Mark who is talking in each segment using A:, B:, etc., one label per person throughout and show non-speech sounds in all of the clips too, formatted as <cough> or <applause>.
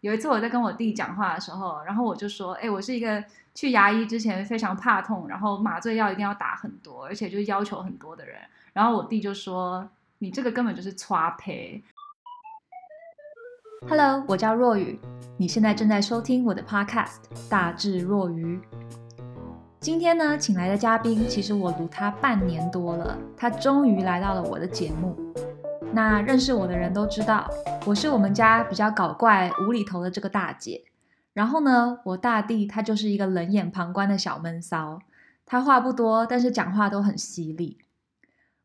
A: 有一次我在跟我弟讲话的时候，然后我就说，哎，我是一个去牙医之前非常怕痛，然后麻醉药一定要打很多，而且就是要求很多的人。然后我弟就说，你这个根本就是刷胚。Hello，我叫若雨，你现在正在收听我的 Podcast《大智若愚》。今天呢，请来的嘉宾，其实我读他半年多了，他终于来到了我的节目。那认识我的人都知道，我是我们家比较搞怪、无厘头的这个大姐。然后呢，我大弟他就是一个冷眼旁观的小闷骚，他话不多，但是讲话都很犀利。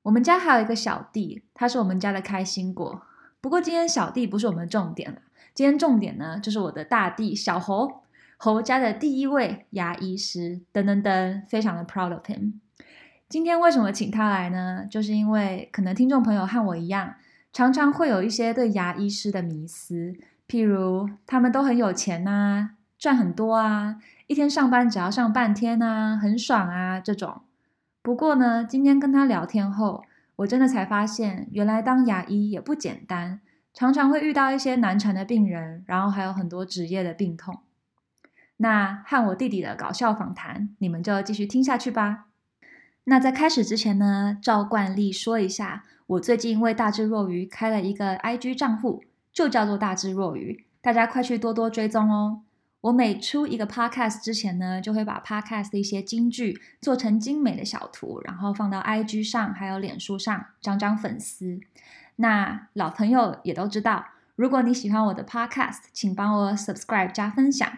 A: 我们家还有一个小弟，他是我们家的开心果。不过今天小弟不是我们的重点了，今天重点呢就是我的大弟小猴，侯家的第一位牙医师，等等等，非常的 proud of him。今天为什么请他来呢？就是因为可能听众朋友和我一样，常常会有一些对牙医师的迷思，譬如他们都很有钱呐、啊，赚很多啊，一天上班只要上半天啊，很爽啊这种。不过呢，今天跟他聊天后，我真的才发现，原来当牙医也不简单，常常会遇到一些难缠的病人，然后还有很多职业的病痛。那和我弟弟的搞笑访谈，你们就继续听下去吧。那在开始之前呢，照惯例说一下，我最近为大智若愚开了一个 IG 账户，就叫做大智若愚，大家快去多多追踪哦。我每出一个 podcast 之前呢，就会把 podcast 的一些金句做成精美的小图，然后放到 IG 上还有脸书上，涨涨粉丝。那老朋友也都知道，如果你喜欢我的 podcast，请帮我 subscribe 加分享。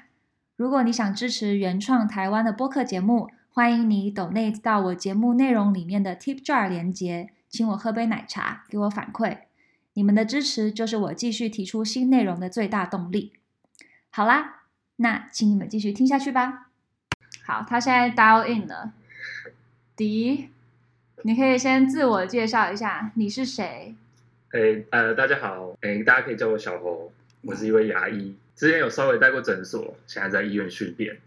A: 如果你想支持原创台湾的播客节目，欢迎你抖内到我节目内容里面的 Tip Jar 连接，请我喝杯奶茶，给我反馈。你们的支持就是我继续提出新内容的最大动力。好啦，那请你们继续听下去吧。好，他现在 dial in 了。迪，你可以先自我介绍一下，你是谁？
B: 诶，呃，大家好，诶，大家可以叫我小侯，我是一位牙医，之前有稍微待过诊所，现在在医院续编。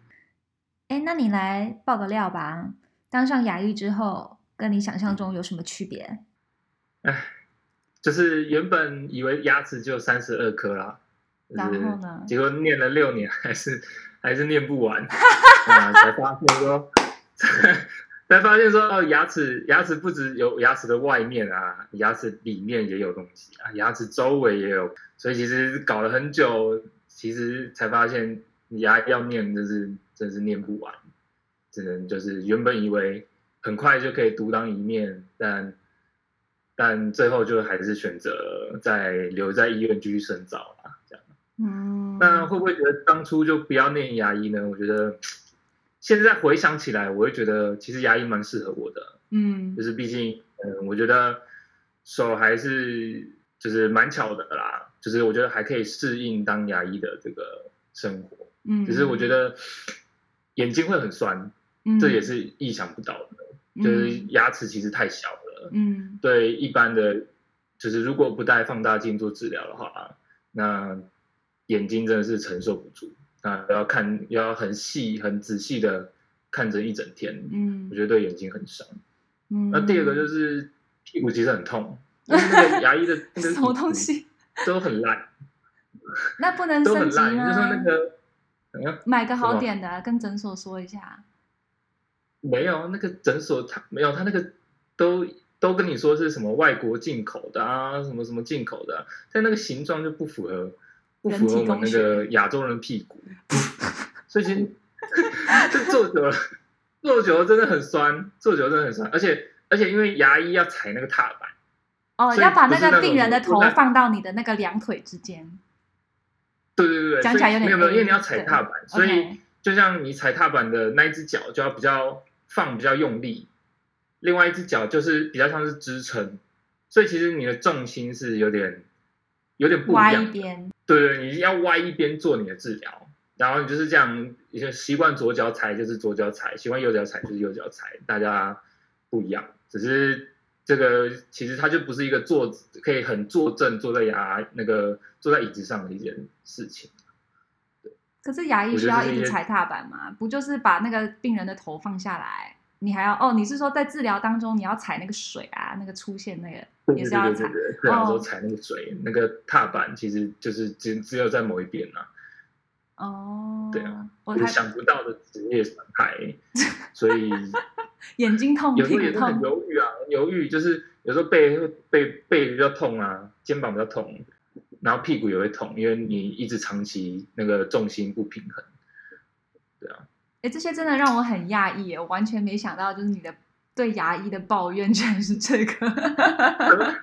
A: 哎，那你来爆个料吧。当上牙医之后，跟你想象中有什么区别？
B: 唉，就是原本以为牙齿就三十二颗啦，
A: 然后呢
B: 就是结果念了六年，还是还是念
A: <laughs>
B: 不完，啊，才发现说，才发现说，哦，牙齿牙齿不只有牙齿的外面啊，牙齿里面也有东西啊，牙齿周围也有，所以其实搞了很久，其实才发现牙要念真是真是念不完，只能就是原本以为很快就可以独当一面，但但最后就还是选择在留在医院继续深造啦，这样。
A: 嗯，
B: 那会不会觉得当初就不要念牙医呢？我觉得现在回想起来，我会觉得其实牙医蛮适合我的，
A: 嗯
B: 就是毕竟，嗯，我觉得手还是就是蛮巧的啦，就是我觉得还可以适应当牙医的这个生活，
A: 嗯，
B: 只是我觉得眼睛会很酸，
A: 嗯
B: 这也是意想不到的，就是牙齿其实太小了，
A: 嗯
B: 对一般的，就是如果不带放大镜做治疗的话，那眼睛真的是承受不住，那要看要很细很仔细的看着一整天，
A: 嗯
B: 我觉得对眼睛很伤。
A: 嗯。
B: 那第二个就是屁股其实
A: <laughs>
B: 很痛，因为那个牙医的那个
A: 什么东西？
B: 都
A: <laughs>
B: 很烂，
A: 那不能
B: 嗯都
A: 升
B: 很
A: 级
B: 烂，就
A: 吗
B: 是？那个。嗯，
A: 买个好
B: 什么
A: 点的啊，跟诊所说一下。
B: 没有那个诊所，他没有他那个都都跟你说是什么外国进口的啊，什么什么进口的啊、但那个形状就不符合，不符合我们那个亚洲人屁股， <laughs> 所以其实 <laughs> 就坐久了，坐久了真的很酸，坐久了真的很酸，而且而且因为牙医要踩那个踏板，
A: 哦，
B: 所以
A: 要把
B: 不是那
A: 个
B: 种
A: 病人的
B: 不
A: 头
B: 是那
A: 放到你的那个两腿之间。
B: 对对对对，
A: 讲起来
B: 所以
A: 有点
B: 没有没有，因为
A: A，
B: 你要踩
A: 对
B: 踏板，所以。
A: OK，
B: 就像你踩踏板的那一只脚就要比较放比较用力，另外一只脚就是比较像是支撑，所以其实你的重心是有点有点不一
A: 歪一
B: 样。
A: 边。
B: 对对，你要歪一边做你的治疗，然后你就是这样，你就习惯左脚踩就是左脚踩，习惯右脚踩就是右脚踩，大家不一样。只是这个其实它就不是一个坐可以很坐正坐在牙那个坐在椅子上的一件事情。
A: 可是牙医
B: 我
A: 需
B: 觉得
A: 要
B: 这
A: 一直
B: 些
A: 踩踏板吗？不就是把那个病人的头放下来，你还要哦？你是说在治疗当中你要踩那个水啊，那个出现那个也是要
B: 对
A: 踩
B: 对对对对，对啊
A: 哦
B: 有时候踩那个嘴，那个踏板其实就是只只有在某一边啊。
A: 哦，
B: 对啊，
A: 我
B: 有
A: 还
B: 想不到的职业伤害，所以
A: 眼睛痛，
B: 有时
A: 屁
B: 候也
A: 股
B: 是很
A: 痛，
B: 犹豫啊，很犹豫就是有时候背会背背比较痛啊，肩膀比较痛，然后屁股也会痛，因为你一直长期那个重心不平衡。
A: 哎，这些真的让我很讶异耶，我完全没想到，就是你的对牙医的抱怨居然是这个。 <laughs>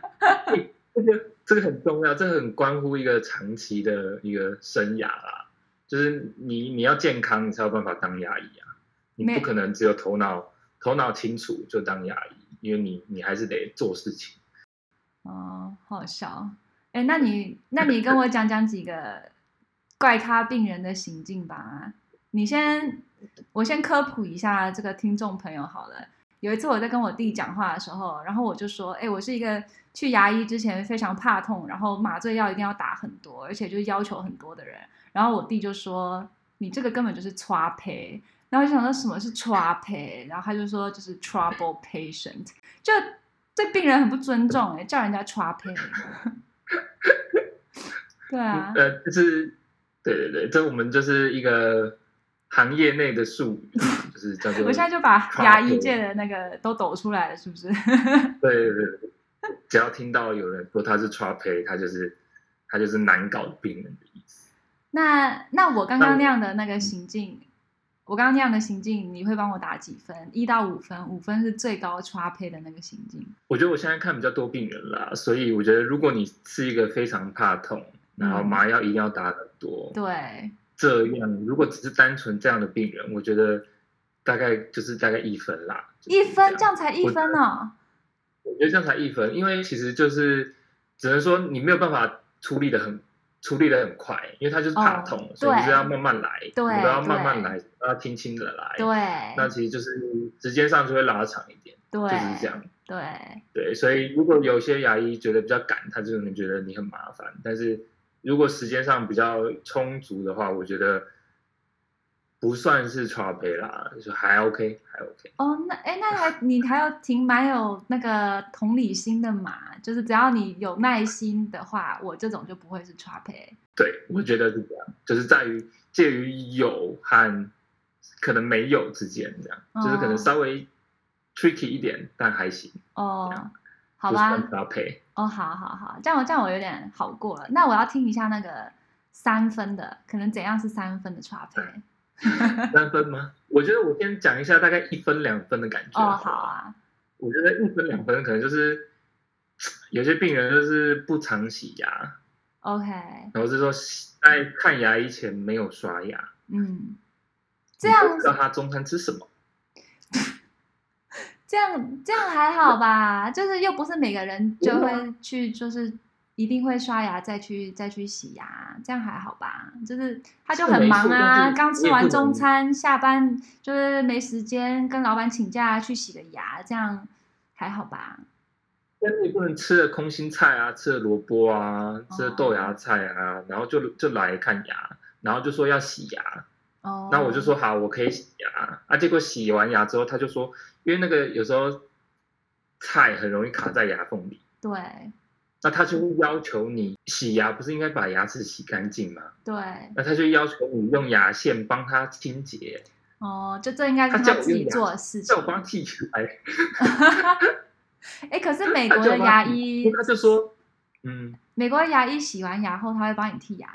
B: 这个这个很重要，这个很关乎一个长期的一个生涯啦。就是你你要健康，你才有办法当牙医啊。你
A: 没
B: 不可能只有头脑头脑清楚就当牙医，因为你你还是得做事情。
A: 哦，好笑。哎，那你那你跟我讲讲几个怪咖病人的行径吧。你先，我先科普一下这个听众朋友好了。有一次我在跟我弟讲话的时候，然后我就说，哎，我是一个去牙医之前非常怕痛，然后麻醉药一定要打很多，而且就是要求很多的人。然后我弟就说，你这个根本就是 t r 然后我就想说什么是 t r 然后他就说就是 trouble patient。就对病人很不尊重哎、叫人家 t r <laughs> 对啊，
B: 呃，就是对对对，这我们就是一个行业内的术语，啊就是叫做
A: <laughs> 我现在就把牙医界的那个都抖出来了，是不 <laughs> 是？
B: 对对对对，只要听到有人说他是 t r a p 他就是他就是难搞的病人的意思。
A: 那那我刚刚那样的那个行径，我刚刚那样的行径，你会帮我打几分？一到五分，五分是最高 t r 的那个行径。
B: 我觉得我现在看比较多病人啦，所以我觉得如果你是一个非常怕痛，然
A: 嗯
B: 后麻药一定要打很多，
A: 对，
B: 这样如果只是单纯这样的病人，我觉得大概就是大概一分啦，就是
A: 一分
B: 样
A: 这样才一分哦。
B: 我觉得这样才一分，因为其实就是只能说你没有办法处理的很处理的很快，因为他就是怕
A: 哦
B: 痛，所以你就要慢慢来，你
A: 对
B: 都要慢
A: 对
B: 慢来，要轻轻的来。那
A: 对
B: 其实就是时间上就会拉长一点，就
A: 对
B: 是这样。
A: 对，
B: 对，所以如果有些牙医觉得比较赶，他就可能觉得你很麻烦。但是如果时间上比较充足的话，我觉得不算是 t r a p 啦，就还 OK，还 OK。
A: 哦，那哎，那还你还有挺蛮有那个同理心的嘛，就是只要你有耐心的话，我这种就不会是 t r
B: 对，我觉得是这样，就是在于介于有和可能没有之间，这样、就是可能
A: 哦
B: 稍微 tricky 一点，但还行，
A: 哦，好
B: 不
A: 吧，
B: 算搭配。
A: 哦，好好好，这样我这样我有点好过了。那我要听一下那个三分的，可能怎样是三分的 t r
B: 三分吗？我觉得我先讲一下大概一分两分的感觉。
A: 哦，好。啊，
B: 我觉得一分两分可能就是有些病人就是不常洗牙，
A: OK，
B: 然后是说洗在看牙医前没有刷牙，
A: 嗯，这样
B: 你不知道他中餐吃什么。
A: 这样这样还好吧？就是又不是每个人就会去，就是一定会刷牙再去再去洗牙，这样还好吧？就是他就很忙啊，
B: 是没错但是
A: 刚吃
B: 你
A: 完
B: 也不能
A: 中餐，下班就是没时间跟老板请假去洗个牙，这样还好吧？
B: 但是你不能吃了空心菜啊，吃了萝卜啊，吃了豆芽菜啊，然后就就来看牙，然后就说要洗牙，
A: 哦，
B: 那我就说好，我可以洗牙啊。结果洗完牙之后，他就说，因为那个有时候菜很容易卡在牙缝里，
A: 对
B: 那他就会要求你洗牙，不是应该把牙齿洗干净吗？
A: 对，
B: 那他就要求你用牙线帮他清洁，
A: 哦，就这应该是
B: 他叫
A: 他
B: 我
A: 自己
B: 用牙
A: 做的事情
B: 叫我。帮他剃起来。
A: 哎，可是美
B: 他
A: 国
B: 叫
A: 的
B: 我帮
A: 牙
B: 剃
A: 医，
B: 他就说，嗯，
A: 美国的牙医洗完牙后他会帮你剃牙，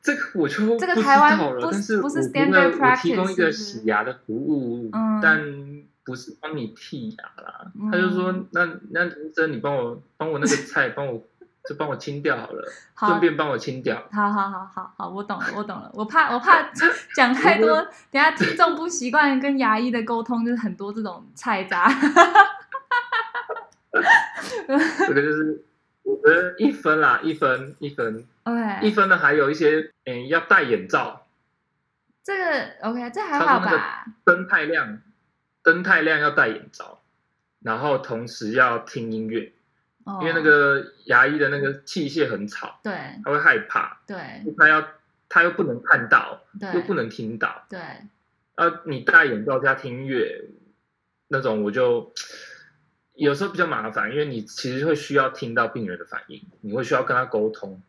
B: 这个我就
A: 这个
B: 不知
A: 台湾
B: 道了
A: 不是
B: 但是
A: 不是
B: 我觉
A: standard
B: 得我提供一
A: practice，
B: 个
A: 是不
B: 洗
A: 是
B: 牙的服务，
A: 嗯
B: 但不是帮你剔牙啦。
A: 嗯
B: 他就说，那那医生，你帮我帮我那个菜，帮我就帮我清掉好了，
A: <laughs> 好
B: 顺便帮我清掉。
A: 好好好好好，我懂了，我懂了。我怕我怕
B: <laughs>
A: 讲太多，等下听众不习惯跟牙医的沟通，就是很多这种菜渣。 <laughs>
B: 这个就是我觉得一分啦，一分一分一
A: OK，
B: 分呢，还有一些嗯要戴眼罩，
A: 这个 OK，这还好吧？
B: 灯太亮，灯太亮要戴眼罩，然后同时要听音乐，
A: 哦，
B: 因为那个牙医的那个器械很吵，
A: 对
B: 他会害怕，
A: 对
B: 他要他又不能看到，又不
A: 对
B: 能听到，
A: 对，
B: 啊，你戴眼罩加听音乐那种，我就有时候比较麻烦，因为你其实会需要听到病人的反应，你会需要跟他沟通，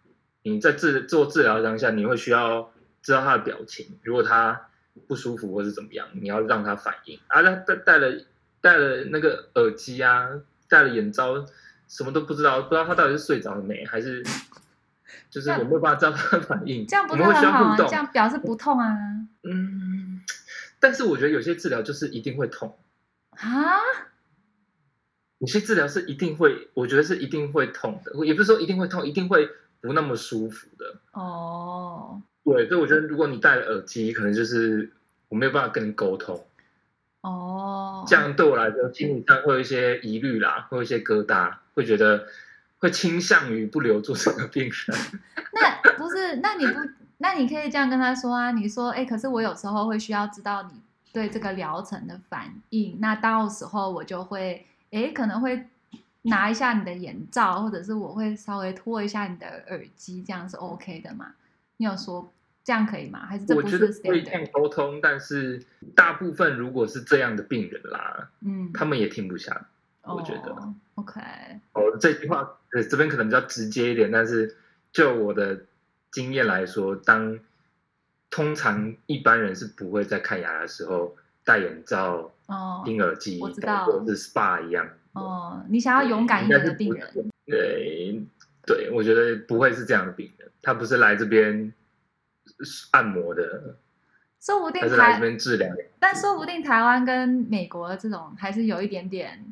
B: 你在治做治疗当下，你会需要知道他的表情，如果他不舒服或是怎么样，你要让他反应啊。他戴戴了戴了那个耳机啊，戴了眼罩，什么都不知道，不知道他到底是睡着了没，还是就是
A: 这样
B: 我没有办法知道他的反应。
A: 这样不
B: 我
A: 是
B: 们会
A: 很
B: 需要
A: 好
B: 互
A: 啊？
B: 动
A: 这样表示不痛啊？
B: 嗯，但是我觉得有些治疗就是一定会痛，
A: 啊？
B: 有些治疗是一定会，我觉得是一定会痛的，也不是说一定会痛，一定会不那么舒服的。
A: 哦
B: 对，所以我觉得如果你戴了耳机，可能就是我没有办法跟你沟通，
A: 哦，
B: 这样对我来说心理上会有一些疑虑啦，会有一些疙瘩，会觉得会倾向于不留住这个病人。
A: <laughs> 那不是？那你不？那你可以这样跟他说啊，你说，哎、可是我有时候会需要知道你对这个疗程的反应，那到时候我就会，哎、可能会拿一下你的眼罩，或者是我会稍微脱一下你的耳机，这样是 OK 的吗？你有说这样可以吗？还是这
B: 我
A: 不
B: 觉
A: 是
B: 得可以这
A: standard？
B: 样沟通，但是大部分如果是这样的病人啦，
A: 嗯，
B: 他们也听不下我觉得
A: 哦、OK，
B: 哦，这句话呃这边可能比较直接一点，但是就我的经验来说，当通常一般人是不会在看牙的时候戴眼罩、
A: 哦
B: 听耳机，
A: 我知道
B: 或者是 SPA 一样。
A: 哦，你想要勇敢一点的病人。
B: 对对，我觉得不会是这样的病人，他不是来这边按摩的，
A: 说不定
B: 他是来
A: 台
B: 这，边治疗的。
A: 但说不定台湾跟美国这种还是有一点点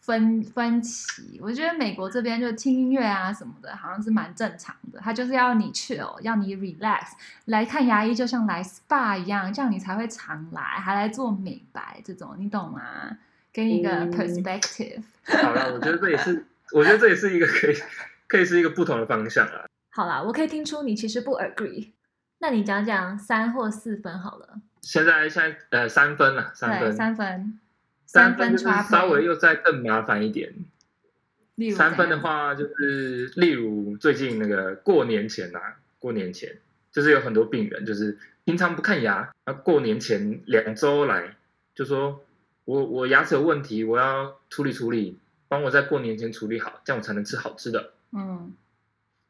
A: 分分歧。我觉得美国这边就听音乐啊什么的，好像是蛮正常的。他就是要你 chill，要你 relax，来看牙医就像来 SPA 一样，这样你才会常来，还来做美白这种，你懂吗？给你一个
B: 嗯
A: perspective。
B: 好了，我觉得这也是，我觉得这也是一个可以可以是一个不同的方向啦。
A: 好啦，我可以听出你其实不 agree。那你讲讲三或四分好了，
B: 现在现在呃三分了，三
A: 对，
B: 分，
A: 三分，
B: 三
A: 分
B: 就是
A: 抓
B: 稍微又再更麻烦一点。
A: 例如
B: 三分
A: 怎
B: 的
A: 样
B: 话，就是例如最近那个过年前啊，过年前就是有很多病人，就是平常不看牙，那过年前两周来就说我我牙齿有问题，我要处理处理，帮我在过年前处理好，这样我才能吃好吃的。
A: 嗯。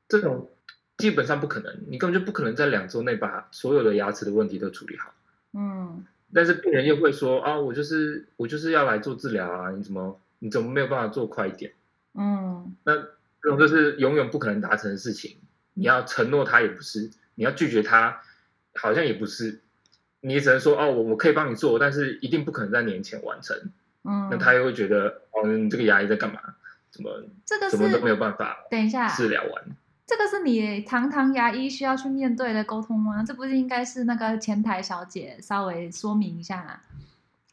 B: 这种基本上不可能，你根本就不可能在两周内把所有的牙齿的问题都处理好。
A: 嗯
B: 但是病人又会说啊，我就是我就是要来做治疗啊，你怎么你怎么没有办法做快一点？
A: 嗯
B: 那这种就是永远不可能达成的事情。你要承诺他也不是，你要拒绝他好像也不是，你只能说哦，我我可以帮你做，但是一定不可能在年前完成。
A: 嗯，
B: 那他又会觉得哦，你这个牙医在干嘛？怎么
A: 这个
B: 怎么
A: 是啊
B: 都没有办法
A: 等一下，
B: 治疗完？
A: 这个是你堂堂牙医需要去面对的沟通吗？这不是应该是那个前台小姐稍微说明一下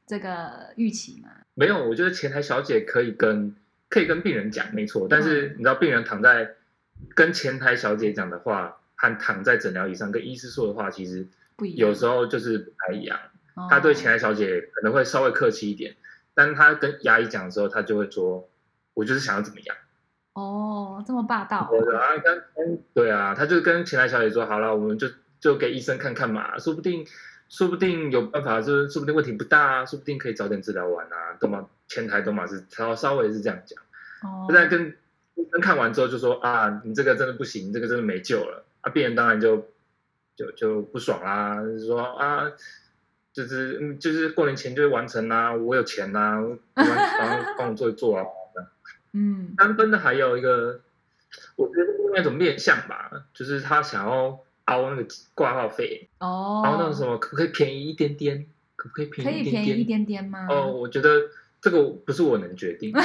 A: 这个预期吗？
B: 没有，我觉得前台小姐可以跟可以跟病人讲，没错。但
A: 嗯
B: 是你知道，病人躺在跟前台小姐讲的话，和躺在诊疗椅上跟医师说的话，其实
A: 不一样，
B: 有时候就是不太一样。
A: 哦
B: 他对前台小姐可能会稍微客气一点，但是他跟牙医讲的时候，他就会说：“我就是想要怎么样。
A: 哦这么霸”道，
B: 我的啊，跟跟对啊，他就跟前台小姐说：“好了，我们就就给医生看看嘛，说不定说不定有办法，就是说不定问题不大啊，说不定可以早点治疗完啊。”都嘛前台都嘛是稍稍微是这样讲，
A: 哦
B: 但跟医生看完之后就说：“啊，你这个真的不行，你这个真的没救了。”啊，病人当然就就就不爽啦，就说啊，就是嗯，就是过年前就会完成啦、我有钱啦、我帮帮帮我做一做啊。 <laughs>
A: 嗯
B: 三分的还有一个，我觉得是另外一种面向吧，就是他想要凹那个挂号费，
A: 哦，
B: 凹那个什么，可不可以便宜一点点？可不可以便
A: 可
B: 宜
A: 以
B: 一
A: 便宜
B: 点
A: 一点
B: 点？
A: 点吗？
B: 哦，我觉得这个不是我能决定。
A: <laughs>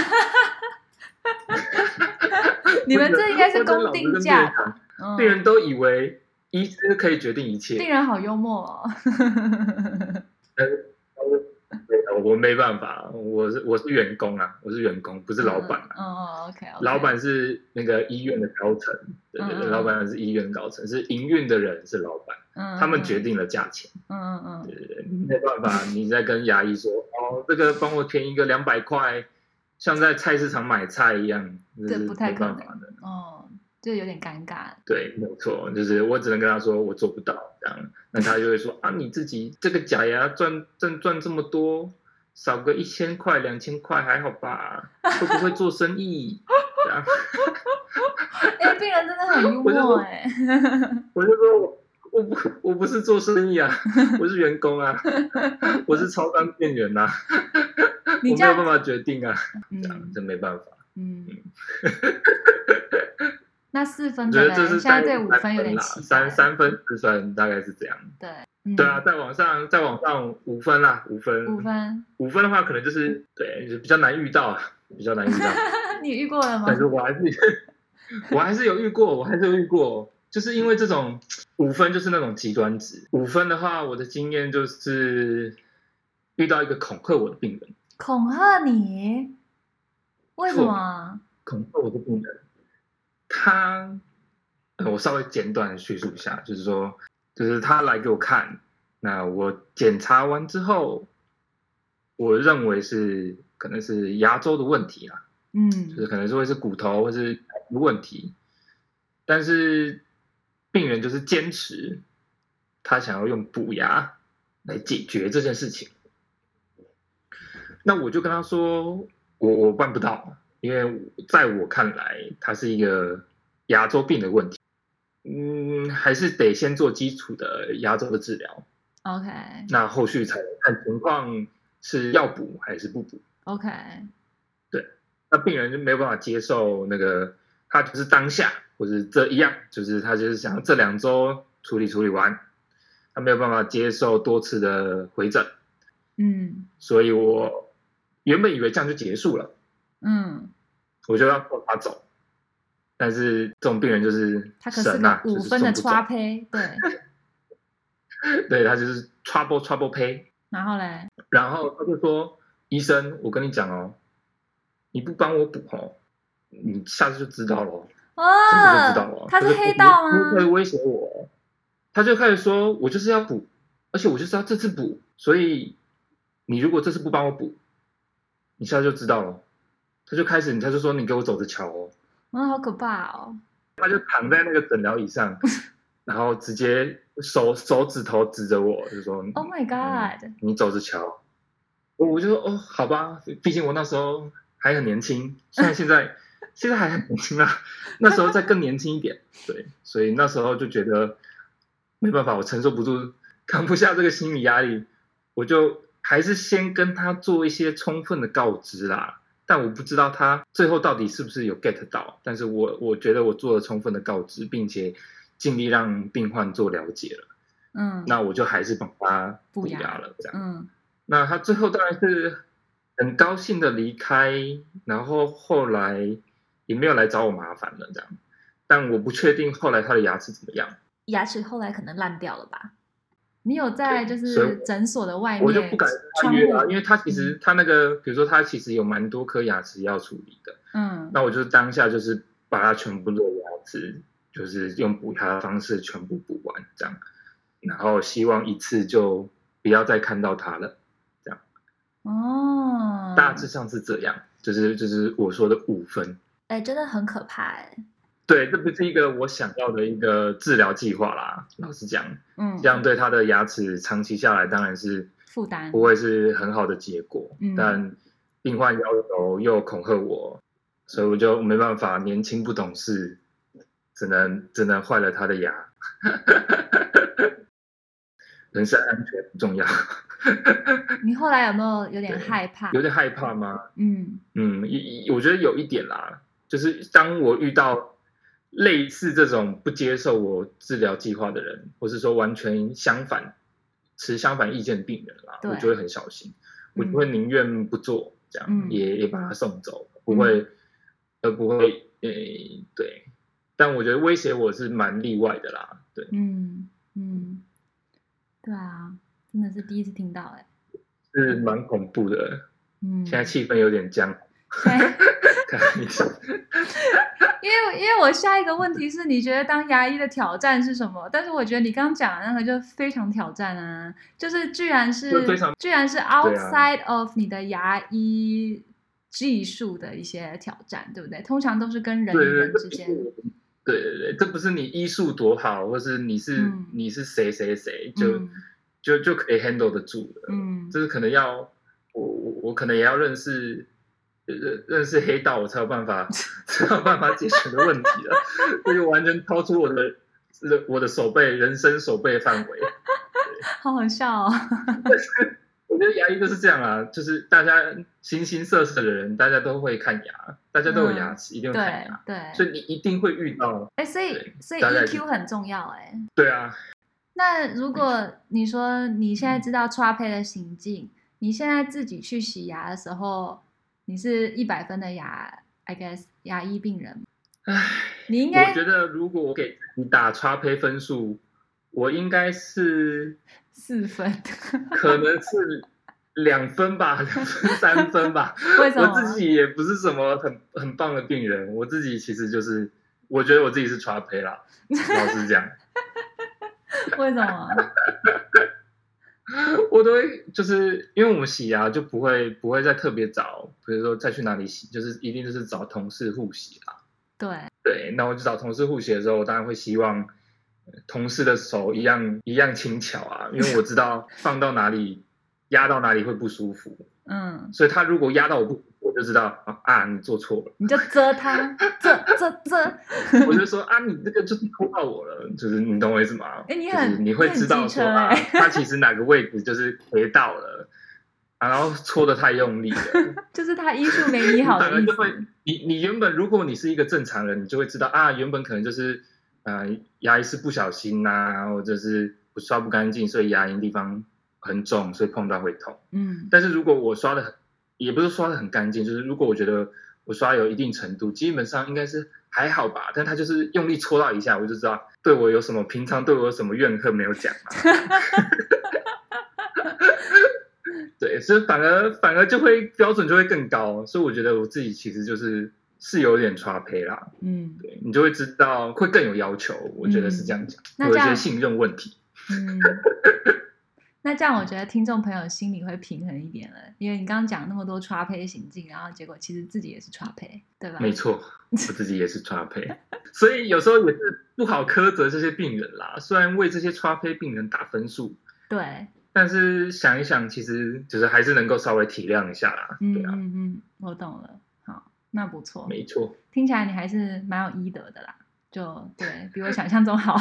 A: 你们这应该是公定价吧？
B: 吧？
A: 嗯
B: 病人都以为医师可以决定一切，
A: 病人好幽默哦，
B: 我没办法，我是我是员工啊，我是员工，不是老板啊。
A: 嗯嗯，OK，
B: 老板是那个医院的高层，对对
A: 嗯
B: 对，
A: 嗯嗯
B: 老板是医院高层，是营运的人是老板，他
A: 他
B: 们决，定了价钱，
A: 嗯嗯嗯嗯，
B: 对对对，没
A: <laughs>
B: 办法，你再跟牙医说，哦，这个帮我填一个两百块，像在菜市场买菜一样，这
A: 这
B: 是
A: 不太
B: 没
A: 可
B: 办
A: 能
B: 法的，
A: 哦，就有点尴尬，
B: 对，没有错，就是我只能跟他说我做不到这样，那他就会说啊，你自己这个假牙赚赚赚这么多，少个一千块两千块还好吧？会不会做生意？这样，
A: 哎、病人真的很幽
B: 我就
A: 默
B: 说
A: 哎、
B: 我就说我我不我不是做生意啊，我是员工啊，我是超商店员呐、啊，我
A: <laughs> 你
B: 没
A: 这
B: 有
A: 样
B: 办法决定啊，这样
A: 嗯
B: 真没办法。
A: 嗯，
B: <laughs>
A: 那四分
B: 我觉
A: 的
B: 得
A: 嘞，
B: 这是
A: 现在
B: 三
A: 对
B: 三
A: 五
B: 分
A: 分有点
B: 啦，
A: 期
B: 三三分四分大概是这样。
A: 对，嗯、
B: 对啊，，再往上再往上五分啦，五分
A: 五分， <laughs>
B: 五分的话，可能就是对就比较难遇到，啊，比较难遇到。
A: 你遇过了吗
B: 但？是我还是我还是有遇过，我还是有遇过，就是因为这种五分就是那种极端值。五分的话，我的经验就是遇到一个恐吓我的病人，
A: 恐吓你？为什
B: 错
A: 么？
B: 恐吓我的病人，他、呃我稍微简短的叙述一下，就是说，就是他来给我看，那我检查完之后，我认为是可能是牙周的问题啦。啊
A: 嗯
B: 就是可能是会是骨头或是问题，但是病人就是坚持他想要用补牙来解决这件事情。那我就跟他说，我我办不到，因为在我看来，它是一个牙周病的问题。嗯，还是得先做基础的牙周的治疗，
A: ，OK
B: 那后续才能看情况是要补还是不补。
A: OK，
B: 那病人就没有办法接受那个，他就是当下或是这一样，就是他就是想要这两周处理处理完，他没有办法接受多次的回诊，
A: 嗯
B: 所以我原本以为这样就结束了，
A: 嗯，
B: 我就要抱他走，但是这种病人就是
A: 他可是
B: 神
A: 个
B: 啊，
A: 五
B: 就是
A: 分的
B: 送不走
A: 刷胚，
B: <laughs>
A: 对，
B: 对他就是 trouble trouble pay，
A: 然后嘞，
B: 然后他就说：“医生，我跟你讲哦，你不帮我补哦，你下次就知道哦喽。” <laughs> 真的就
A: 啊
B: 知道了。
A: 他是
B: 就是
A: 黑道
B: 他就开始
A: 吗？
B: 威胁我，他就开始说，我就是要补，而且我就是要这次补，所以你如果这次不帮我补，你现在就知道了。他就开始，他就说你给我走着瞧哦。
A: 嗯，好可怕哦，
B: 他就躺在那个诊疗
A: <laughs>
B: 椅上，然后直接手手指头指着我，就说
A: Oh
B: <laughs>
A: my god！
B: 你走着瞧。我我就说哦，好吧，毕竟我那时候还很年轻，虽然现在现在还很年轻啊，那时候再更年轻一点，对，所以那时候就觉得没办法，我承受不住，扛不下这个心理压力，我就还是先跟他做一些充分的告知啦。但我不知道他最后到底是不是有 get 到，但是我我觉得我做了充分的告知，并且尽力让病患做了解了，
A: 嗯
B: 那我就还是帮他
A: 补
B: 补
A: 牙
B: 牙了，这样。
A: 嗯
B: 那他最后当然是很高兴的离开，然后后来也没有来找我麻烦了这样。但我不确定后来他的牙齿怎么样，
A: 牙齿后来可能烂掉了吧？你有在就
B: 对所以
A: 是
B: 我
A: 诊所的外面
B: 我就不敢跟他
A: 哎窗
B: 约啊，
A: 户
B: 因为他其实他那个，比如说他其实有蛮多颗牙齿要处理的，
A: 嗯
B: 那我就当下就是把他全部的牙齿，就是用补牙的方式全部补完这样，然后希望一次就不要再看到他了，
A: 哦，
B: 大致上是这样，就是就是我说的五分。
A: 哎、真的很可怕哎、
B: 对，这不是一个我想要的一个治疗计划啦。老实讲，
A: 嗯，
B: 这样对他的牙齿长期下来当然是
A: 负担
B: 不会是很好的结果。
A: 嗯
B: 但病患要求又恐吓我，所以我就没办法，年轻不懂事，只能只能坏了他的牙。 <laughs> 人身安全很重要，
A: 你后来有没有有点害怕？
B: 有点害怕吗？
A: 嗯
B: 嗯，一一我觉得有一点啦，就是当我遇到类似这种不接受我治疗计划的人，或是说完全相反、持相反意见的病人啦，
A: 对
B: 我就会很小心，我就
A: 嗯
B: 会宁愿不做，这样、
A: 嗯
B: 也也把他送走，不会，呃，不会，呃，对。但我觉得威胁我是蛮例外的啦，对，
A: 嗯嗯，对啊，真的是第一次听到哎、
B: 是蛮恐怖的。
A: 嗯，
B: 现
A: <laughs>
B: 在气氛有点僵， <laughs>
A: 现在
B: 看你
A: 因为因为我下一个问题是，你觉得当牙医的挑战是什么？但是我觉得你刚刚讲的那个就非常挑战啊，就是居然是
B: 就非常啊
A: 居然是 outside of 你的牙医技术的一些挑战，对不对？通常都是跟人与
B: 对对
A: 人
B: 对，
A: 之间
B: 这，不是对对对，这不是你医术多好，或是你是、
A: 嗯
B: 你是谁谁谁，就、
A: 嗯
B: 就就可以 handle 得住的。
A: 嗯
B: 就是可能要我我我可能也要认识呃认认识
A: <laughs>
B: 黑道，我才有办法才有办法解决的问题了。这就完全超出我的这我的手背人生手背范围。
A: 好好笑哦。
B: 我觉得牙医就是这样啊，就是大家形形色色的人，大家都会看牙，大家都有牙齿，一定会
A: 嗯
B: 看
A: 对
B: 牙，
A: 对，
B: 所以你一定会遇到。
A: 哎，所以
B: 对
A: 所以
B: 大概
A: EQ 很重要哎。
B: 对啊，
A: 那如果你说你现
B: 嗯
A: 在知道 t r a p 的行径，你现在自己去洗牙的时候，你是一百分的牙，I guess 牙医病人，
B: 唉，
A: 你应
B: 我
A: 该
B: 觉得如果我给你打叉胚分数，我应
A: <laughs>
B: 该是
A: 四
B: <laughs>
A: 分，
B: 可能是两分吧，两分三分吧。
A: <laughs> 为什么？
B: 我自己也不是什么很很棒的病人，我自己其实就是，我觉得我自己是刷胚啦，老
A: <laughs>
B: 实讲，
A: 为什么？
B: 我都会就是因为我们洗牙就不会不会再特别找，比如说再去哪里洗，就是一定就是找同事互洗啦。
A: 对，
B: 对，那我就找同事互洗的时候，我当然会希望呃同事的手一样一样轻巧啊，因为我
A: <laughs>
B: 知道放到哪里压到哪里会不舒服，
A: 嗯，
B: 所以他如果压到我不，我就知道啊啊你做
A: <laughs>
B: 错了。
A: 你
B: <laughs>
A: 就遮他，遮遮遮。
B: 我就说啊，你这个就是戳到我了，就是你懂我意思吗？
A: 哎你
B: 就是
A: 很
B: 你会知道说啊
A: 你很机，欸
B: 他其实哪个位置就是回到了，啊然后戳的太用力了，
A: 就是他医术没医好
B: <laughs> 你
A: 的
B: 本来
A: 意
B: 就会
A: 思。，
B: 你你原本如果你是一个正常人，你就会知道啊，原本可能就是呃牙医是不小心呐、然后就是我刷不干净，所以牙龈地方很肿，所以碰到会痛。
A: 嗯
B: 但是如果我刷的很，也不是刷的很干净，就是如果我觉得我刷有一定程度，基本上应该是还好吧。但他就是用力戳到一下，我就知道对我有什么平常对我有什么怨恨没有讲嘛。 <laughs> 对，所以反而反而就会标准就会更高，哦所以我觉得我自己其实就是是有点刷胚啦，
A: 嗯
B: 对你就会知道会更有要求，我觉得是这样讲，
A: 那
B: 会有
A: 这
B: 一
A: 样
B: 些信任问题。
A: 嗯。那这样，我觉得听众朋友心里会平衡一点了，因为你刚刚讲那么多 t r a p 行径，然后结果其实自己也是 t r a p 对吧？
B: 没
A: <laughs>
B: 错，我自己也是 t r a p 所以有时候也是不好苛责这些病人啦。虽然为这些 t r a p 病人打分数，
A: 对，
B: 但是想一想，其实就是还是能够稍微体谅一下啦。
A: 嗯
B: 对啊，
A: 嗯嗯，我懂了。好，那不错，
B: 没错，
A: 听起来你还是蛮有医德的啦，就对比我想象中好。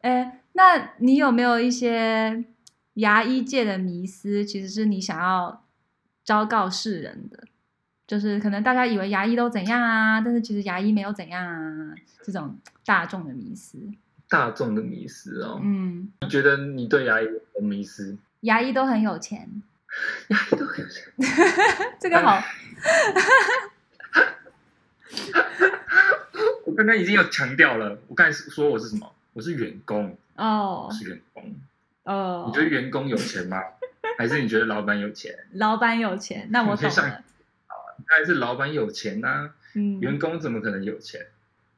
A: 呃，那你有没有一些牙医界的迷思，其实是你想要昭告世人的？就是可能大家以为牙医都怎样啊，但是其实牙医没有怎样啊，这种大众的迷思。
B: 大众的迷思哦。
A: 嗯，
B: 你觉得你对牙医有什么迷思？
A: 牙医都很有钱，
B: <laughs> 牙医都很有钱，
A: <laughs>
B: 哎
A: 这个好，
B: 我刚刚已经有强调了，我刚才说我是什么？我是员工，
A: 哦
B: 我是员工。
A: 哦，
B: 你觉得员工有钱
A: <laughs>
B: 吗？还是你觉得老板有钱？
A: 老板有钱，那我
B: 你可
A: 懂
B: 以上
A: 了。
B: 当然是老板有钱啊呐、
A: 嗯，
B: 员工怎么可能有钱？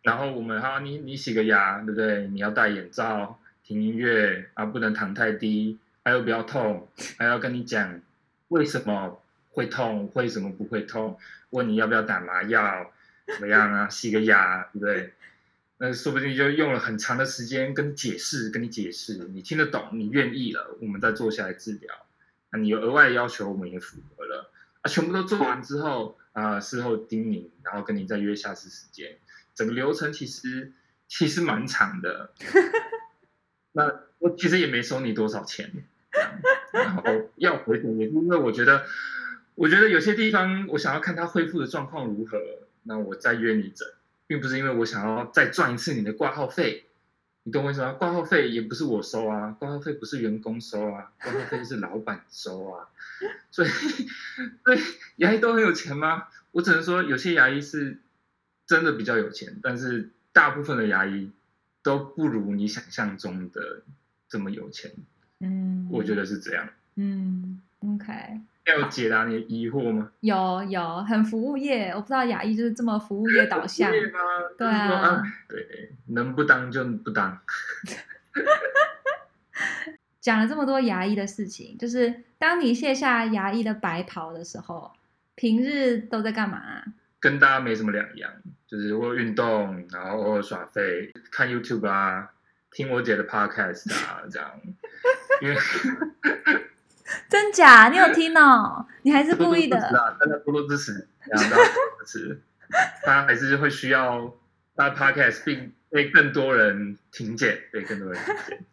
B: 然后我们哈，你你洗个牙，对不对？你要戴眼罩，听音乐啊，不能躺太低，还有不要痛，还要跟你讲为什么会痛，为什么不会痛，问你要不要打麻药，怎么样啊？洗个牙，对不对？那说不定就用了很长的时间跟你解释，跟你解释，你听得懂，你愿意了，我们再坐下来治疗。那你有额外的要求，我们也符合了。啊，全部都做完之后，啊、事后叮咛，然后跟你再约下次时间，整个流程其实其实蛮长的。那我其实也没收你多少钱，这样然后要回本也是因为我觉得，我觉得有些地方我想要看他恢复的状况如何，那我再约你诊，并不是因为我想要再赚一次你的挂号费。你懂我意思吗？挂号费也不是我收啊，挂号费不是员工收啊，挂号费是老板收啊。所以，所以牙医都很有钱吗？我只能说，有些牙医是真的比较有钱，但是大部分的牙医都不如你想象中的这么有钱。
A: 嗯，
B: 我觉得是这样。
A: 嗯，OK，
B: 要解答你的疑惑吗？
A: 有有很服务业，我不知道牙医就是这么服务业导向，
B: 对吗？
A: 对
B: 就是说
A: 啊
B: 啊，对，能不当就不当。
A: 讲了这么多牙医的事情，就是当你卸下牙医的白袍的时候，平日都在干嘛啊、
B: 跟大家没什么两样，就是偶尔运动，然后偶尔耍废，看 YouTube 啊，听我姐的 Podcast 啊，这样。因为
A: 真假？你有听哦？你还是
B: 多
A: 故
B: 多
A: 意
B: 支持
A: 的？ <laughs>
B: 啊，大家多多支持，然后大家多多支持，大家还是会需要他 podcast 并被更多人听见，被更多人听
A: <laughs>
B: 见。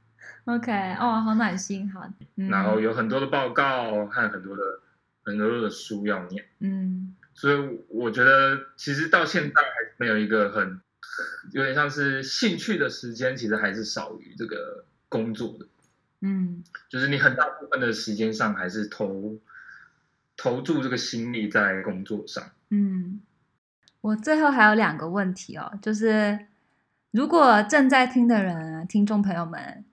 A: OK，哦，好暖心，好。嗯、
B: 然后有很多的报告和很多的很多的书要念，
A: 嗯
B: 所以我觉得其实到现在还没有一个很有点像是兴趣的时间，其实还是少于这个工作的，
A: 嗯
B: 就是你很大部分的时间上还是投投注这个心力在工作上。
A: 嗯。我最后还有两个问题哦，就是如果正在听的人啊，听众朋友们，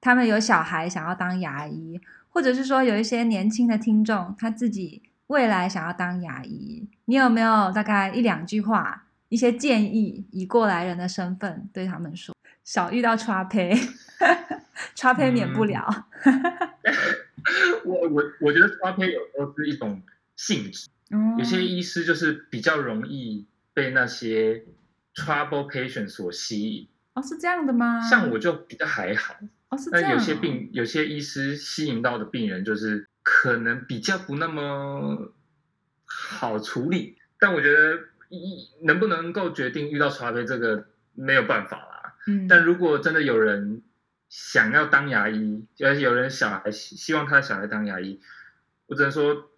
A: 他们有小孩想要当牙医，或者是说有一些年轻的听众，他自己未来想要当牙医，你有没有大概一两句话，一些建议，以过来人的身份对他们说，少遇到刷胚， <laughs> 刷胚免
B: 嗯
A: 不了。
B: 我我我觉得刷片有时候是一种性质，
A: 嗯
B: 有些医师就是比较容易被那些 trouble patient 所吸引，
A: 哦是这样的吗？
B: 像我就比较还好。
A: 哦是这样
B: 那
A: 哦，
B: 有些病，有些医师吸引到的病人就是可能比较不那么好处理，但我觉得一能不能够决定遇到茶杯这个没有办法啦。
A: 嗯，
B: 但如果真的有人想要当牙医，而且有人小孩希希望他的小孩当牙医，我只能说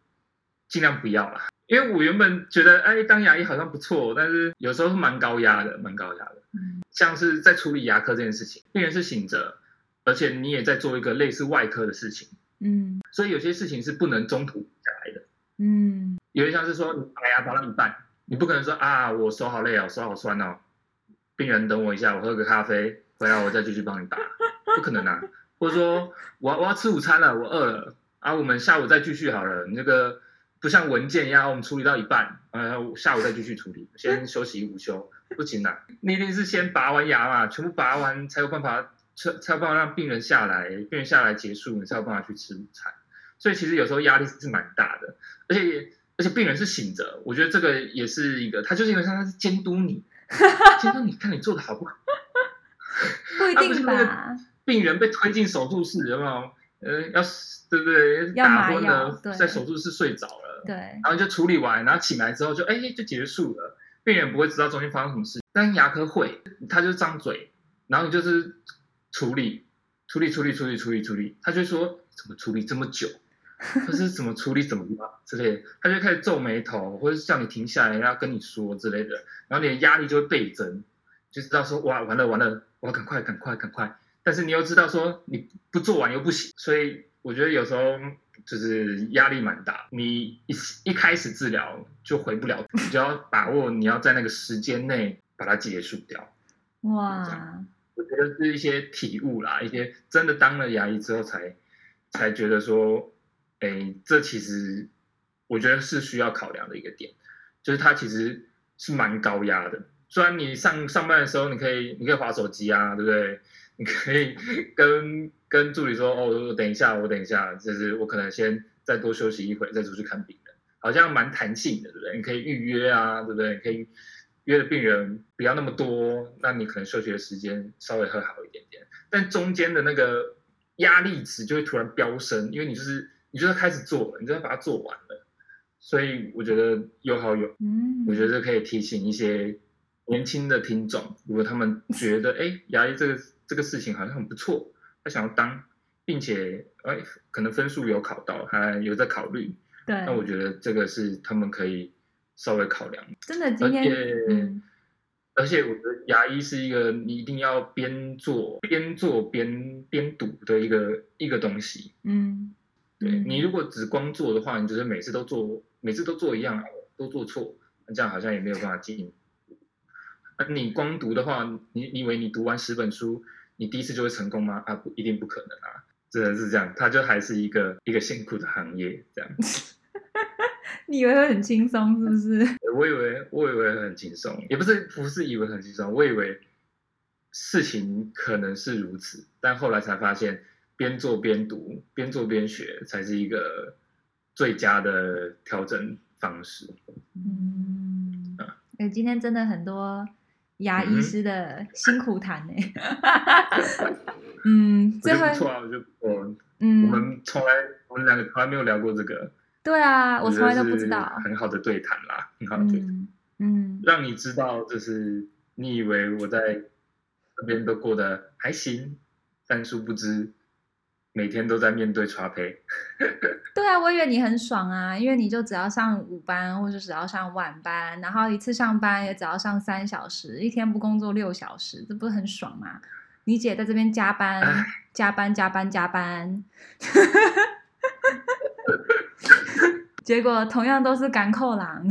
B: 尽量不要啦。因为我原本觉得，哎，当牙医好像不错，但是有时候是蛮高压的，蛮高压的。
A: 嗯
B: 像是在处理牙科这件事情，病人是醒着，而且你也在做一个类似外科的事情，
A: 嗯
B: 所以有些事情是不能中途下来的。
A: 嗯
B: 有点像是说你拔牙拔到一半，你不可能说啊，我手好累哦，手好酸哦，病人等我一下，我喝个咖啡，回来我再继续帮你拔， <laughs> 不可能啊。或者说我要我要吃午餐了，我饿了啊，我们下午再继续好了。你这个不像文件一样，我们处理到一半，呃，下午再继续处理，先休息午休，不行啊，你一定是先拔完牙嘛，全部拔完才有办法。才才有办法让病人下来，病人下来结束，你才有办法去吃午餐。所以其实有时候压力是蛮大的。而且而且病人是醒着，我觉得这个也是一个，他就是因为他是监督
A: <laughs>
B: 你，监督你看你做的好不好。
A: 不一
B: 啊不是
A: 定
B: 那个
A: 吧？
B: 病人被推进手术室，有没有？呃，要对不对？
A: 要
B: 打
A: 麻
B: 昏
A: 药
B: 了
A: 对，
B: 在手术室睡着了，
A: 对，
B: 然后就处理完，然后醒来之后就哎就结束了，病人不会知道中间发生什么事，但牙科会，他就张嘴，然后你就是处理。处理处理处理处理处理，他就说怎么处理这么久，或是怎么处理怎么了之类的，他就开始皱眉头，或者是叫你停下来，然后跟你说之类的，然后你的压力就会倍增，就知道说哇完了完了，我要赶快赶快赶快，但是你又知道说你不做完又不行，所以我觉得有时候就是压力蛮大，你一一开始治疗就回不了，你就要把握你要在那个时间内把它结束掉。
A: 哇。
B: 我觉得是一些体悟啦，一些真的当了牙医之后才才觉得说，哎，这其实我觉得是需要考量的一个点，就是它其实是蛮高压的。虽然你上上班的时候，你可以你可以划手机啊，对不对？你可以跟跟助理说，哦，我等一下，我等一下，就是我可能先再多休息一会，再出去看病人，好像蛮弹性的，对不对？你可以预约啊，对不对？你可以约的病人不要那么多，那你可能休息的时间稍微会好一点点，但中间的那个压力值就会突然飙升，因为你就是你就是开始做了，你就要把它做完了，所以我觉得有好有，
A: 嗯，
B: 我觉得可以提醒一些年轻的听众，如果他们觉得哎牙医这个这个事情好像很不错，他想要当，并且哎可能分数有考到，还有在考虑，
A: 对，
B: 那我觉得这个是他们可以稍微考量。
A: 真的
B: 而
A: 今天，
B: 且、
A: 嗯
B: 而且我觉得牙医是一个你一定要边做边做边边读的一个一个东西。
A: 嗯，
B: 对、
A: 嗯
B: 你如果只光做的话，你就是每次都做，每次都做一样，都做错，那这样好像也没有办法进步。那、你光读的话，你你以为你读完十本书，你第一次就会成功吗？啊，不一定不可能啊，真的是这样，它就还是一个一个辛苦的行业这样。
A: 你以为会很轻松是不
B: <laughs>
A: 是？
B: 我以为我以为很轻松，也不是不是以为很轻松，我以为事情可能是如此，但后来才发现，边做边读，边做边学，才是一个最佳的调整方式。
A: 嗯，哎，今天真的很多牙
B: 嗯
A: 医师的辛苦谈呢。
B: <laughs>
A: 嗯，
B: 我
A: 最
B: 觉
A: 后
B: 得不错啊，我觉得我、我
A: 嗯，
B: 们从来我们两个从来没有聊过这个，
A: 对啊，我
B: 觉
A: 从
B: 得
A: 来都不
B: 是
A: 知道。嗯
B: 很好的对谈啦，很好的对谈，
A: 嗯嗯
B: 让你知道就是你以为我在这边都过得还行，但殊不知每天都在面对刷胚。
A: 对啊，我以为你很爽啊，因为你就只要上午班，或者只要上晚班，然后一次上班也只要上三小时，一天不工作六小时，这不是很爽吗？你姐在这边加班
B: 唉，
A: 加班，加班，加班， <laughs> 结果同样都是赶扣狼，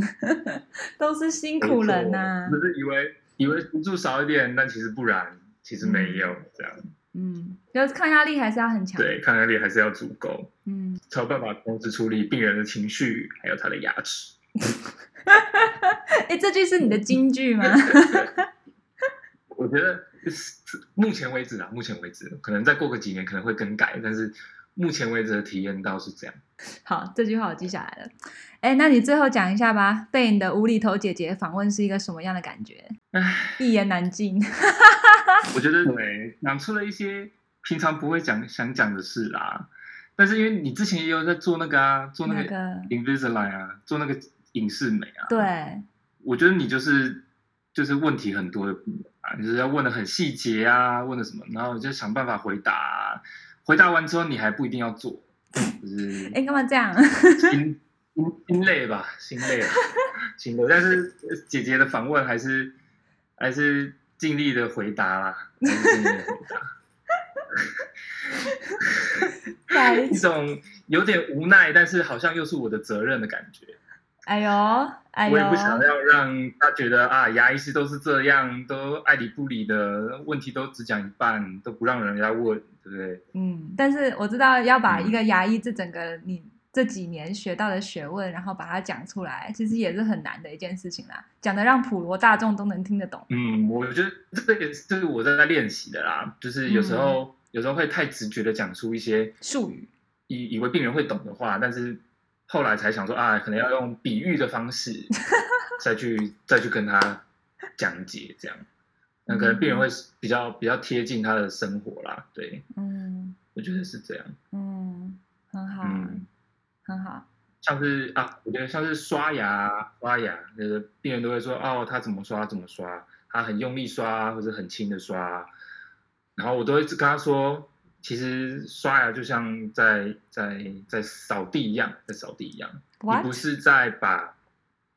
A: 都是辛苦人啊呐、
B: 不是以为以为辅助少一点，但其实不然，其实没有这样。
A: 嗯，就是抗压力还是要很强。
B: 对，抗压力还是要足够，
A: 嗯，
B: 才有办法同时处理病人的情绪，还有他的牙齿。
A: 哎，这句是你的金句
B: <laughs>
A: 吗？
B: 我觉得是目前为止啊，目前为止，可能再过个几年可能会更改，但是目前为止的体验到是这样。
A: 好，这句话我记下来了。哎，那你最后讲一下吧，被你的无厘头姐姐访问是一个什么样的感觉？
B: 唉，
A: 一言难尽。
B: 我觉得对，讲出了一些平常不会讲想讲的事啦。但是因为你之前也有在做那个啊，做那
A: 那
B: 个
A: 个
B: Invisalign 啊，做那个影视美啊，
A: 对，哎
B: 我觉得你就是就是问题很多的啊，就是要问的很细节啊，问的什么，然后就想办法回答啊、回答完之后你还不一定要做，就是
A: 哎，干嘛这样？
B: 心心心累吧，心累 <laughs> 吧，心累。但是姐姐的访问还是还是尽力的回答啦，还是尽力的回答。
A: 再来一
B: 一
A: 次。
B: 种有点无奈，但是好像又是我的责任的感觉。
A: <laughs> 哎呦，哎
B: 我
A: 呦
B: 也，不想要让他觉得啊，牙医师都是这样，都爱理不理的，问题都只讲一半，都不让人家问，对不对？
A: 嗯，但是我知道要把
B: 嗯
A: 一个牙医这整个你这几年学到的学问，然后把它讲出来，其实也是很难的一件事情啦，讲的让普罗大众都能听得懂。
B: 嗯，我觉得这个也是这是我在练习的啦，就是有时
A: 嗯
B: 候、有时候会太直觉的讲出一些
A: 术语，
B: 以以为病人会懂的话，但是后来才想说啊，可能要用比喻的方式再去再去跟他讲解这样，那可能病人会比较比较贴近他的生活啦，对
A: 嗯
B: 我觉得是这样，
A: 嗯，很好，
B: 嗯。
A: 很好，
B: 像是啊，我觉得像是刷牙，刷牙，就是病人都会说哦，他怎么刷怎么刷，他很用力刷或者很轻的刷，然后我都会跟他说，其实刷牙就像在在在扫地一样，在扫地一样，你
A: What？
B: 不是在把，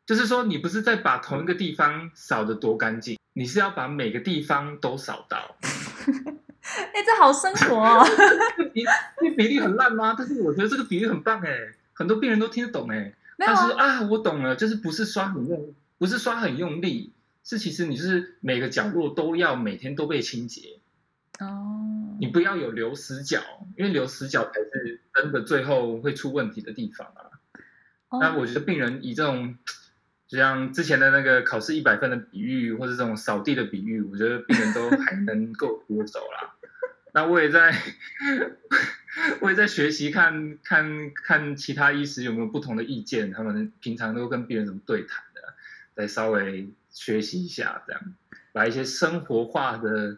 B: 就是说你不是在把同一个地方扫得多干净，你是要把每个地方都扫到。
A: 哎，这好生活
B: <laughs>
A: 哦。
B: 这个比这个比例很烂吗？但是我觉得这个比例很棒哎，很多病人都听得懂哎。
A: 没有
B: 但
A: 啊
B: 是，啊，我懂了，就是不是刷很用，不是刷很用力，是其实你就是每个角落都要每天都被清洁，
A: 哦，
B: 你不要有流死角，因为流死角才是真的最后会出问题的地方啊。那
A: 哦
B: 我觉得病人以这种。就像之前的那个考试一百分的比喻，或者这种扫地的比喻，我觉得病人都还能够接受啦。那我也在， <laughs> 我也在学习看看看其他医师有没有不同的意见，他们平常都跟病人怎么对谈的，再稍微学习一下，这样把一些生活化的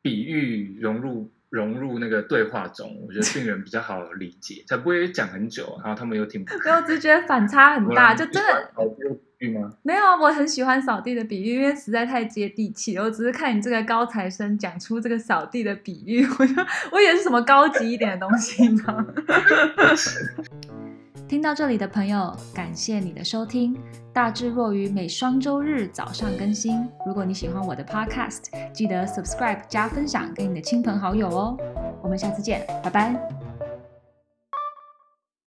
B: 比喻融入融入那个对话中，我觉得病人比较好理解，才不会讲很久，然后他们又听不懂。
A: 没有，只是觉得反差很
B: 嗯
A: 大，就真的
B: 好比喻吗？
A: 没有。啊我很喜欢扫地的比喻，因为实在太接地气了。我只是看你这个高材生讲出这个扫地的比喻，我就我以为是什么高级一点的东西，
B: <laughs>
A: 你知道吗？听到这里的朋友，感谢你的收听。大智若愚每双周日早上更新。如果你喜欢我的 Podcast，记得 subscribe 加分享给你的亲朋好友哦。我们下次见，拜拜。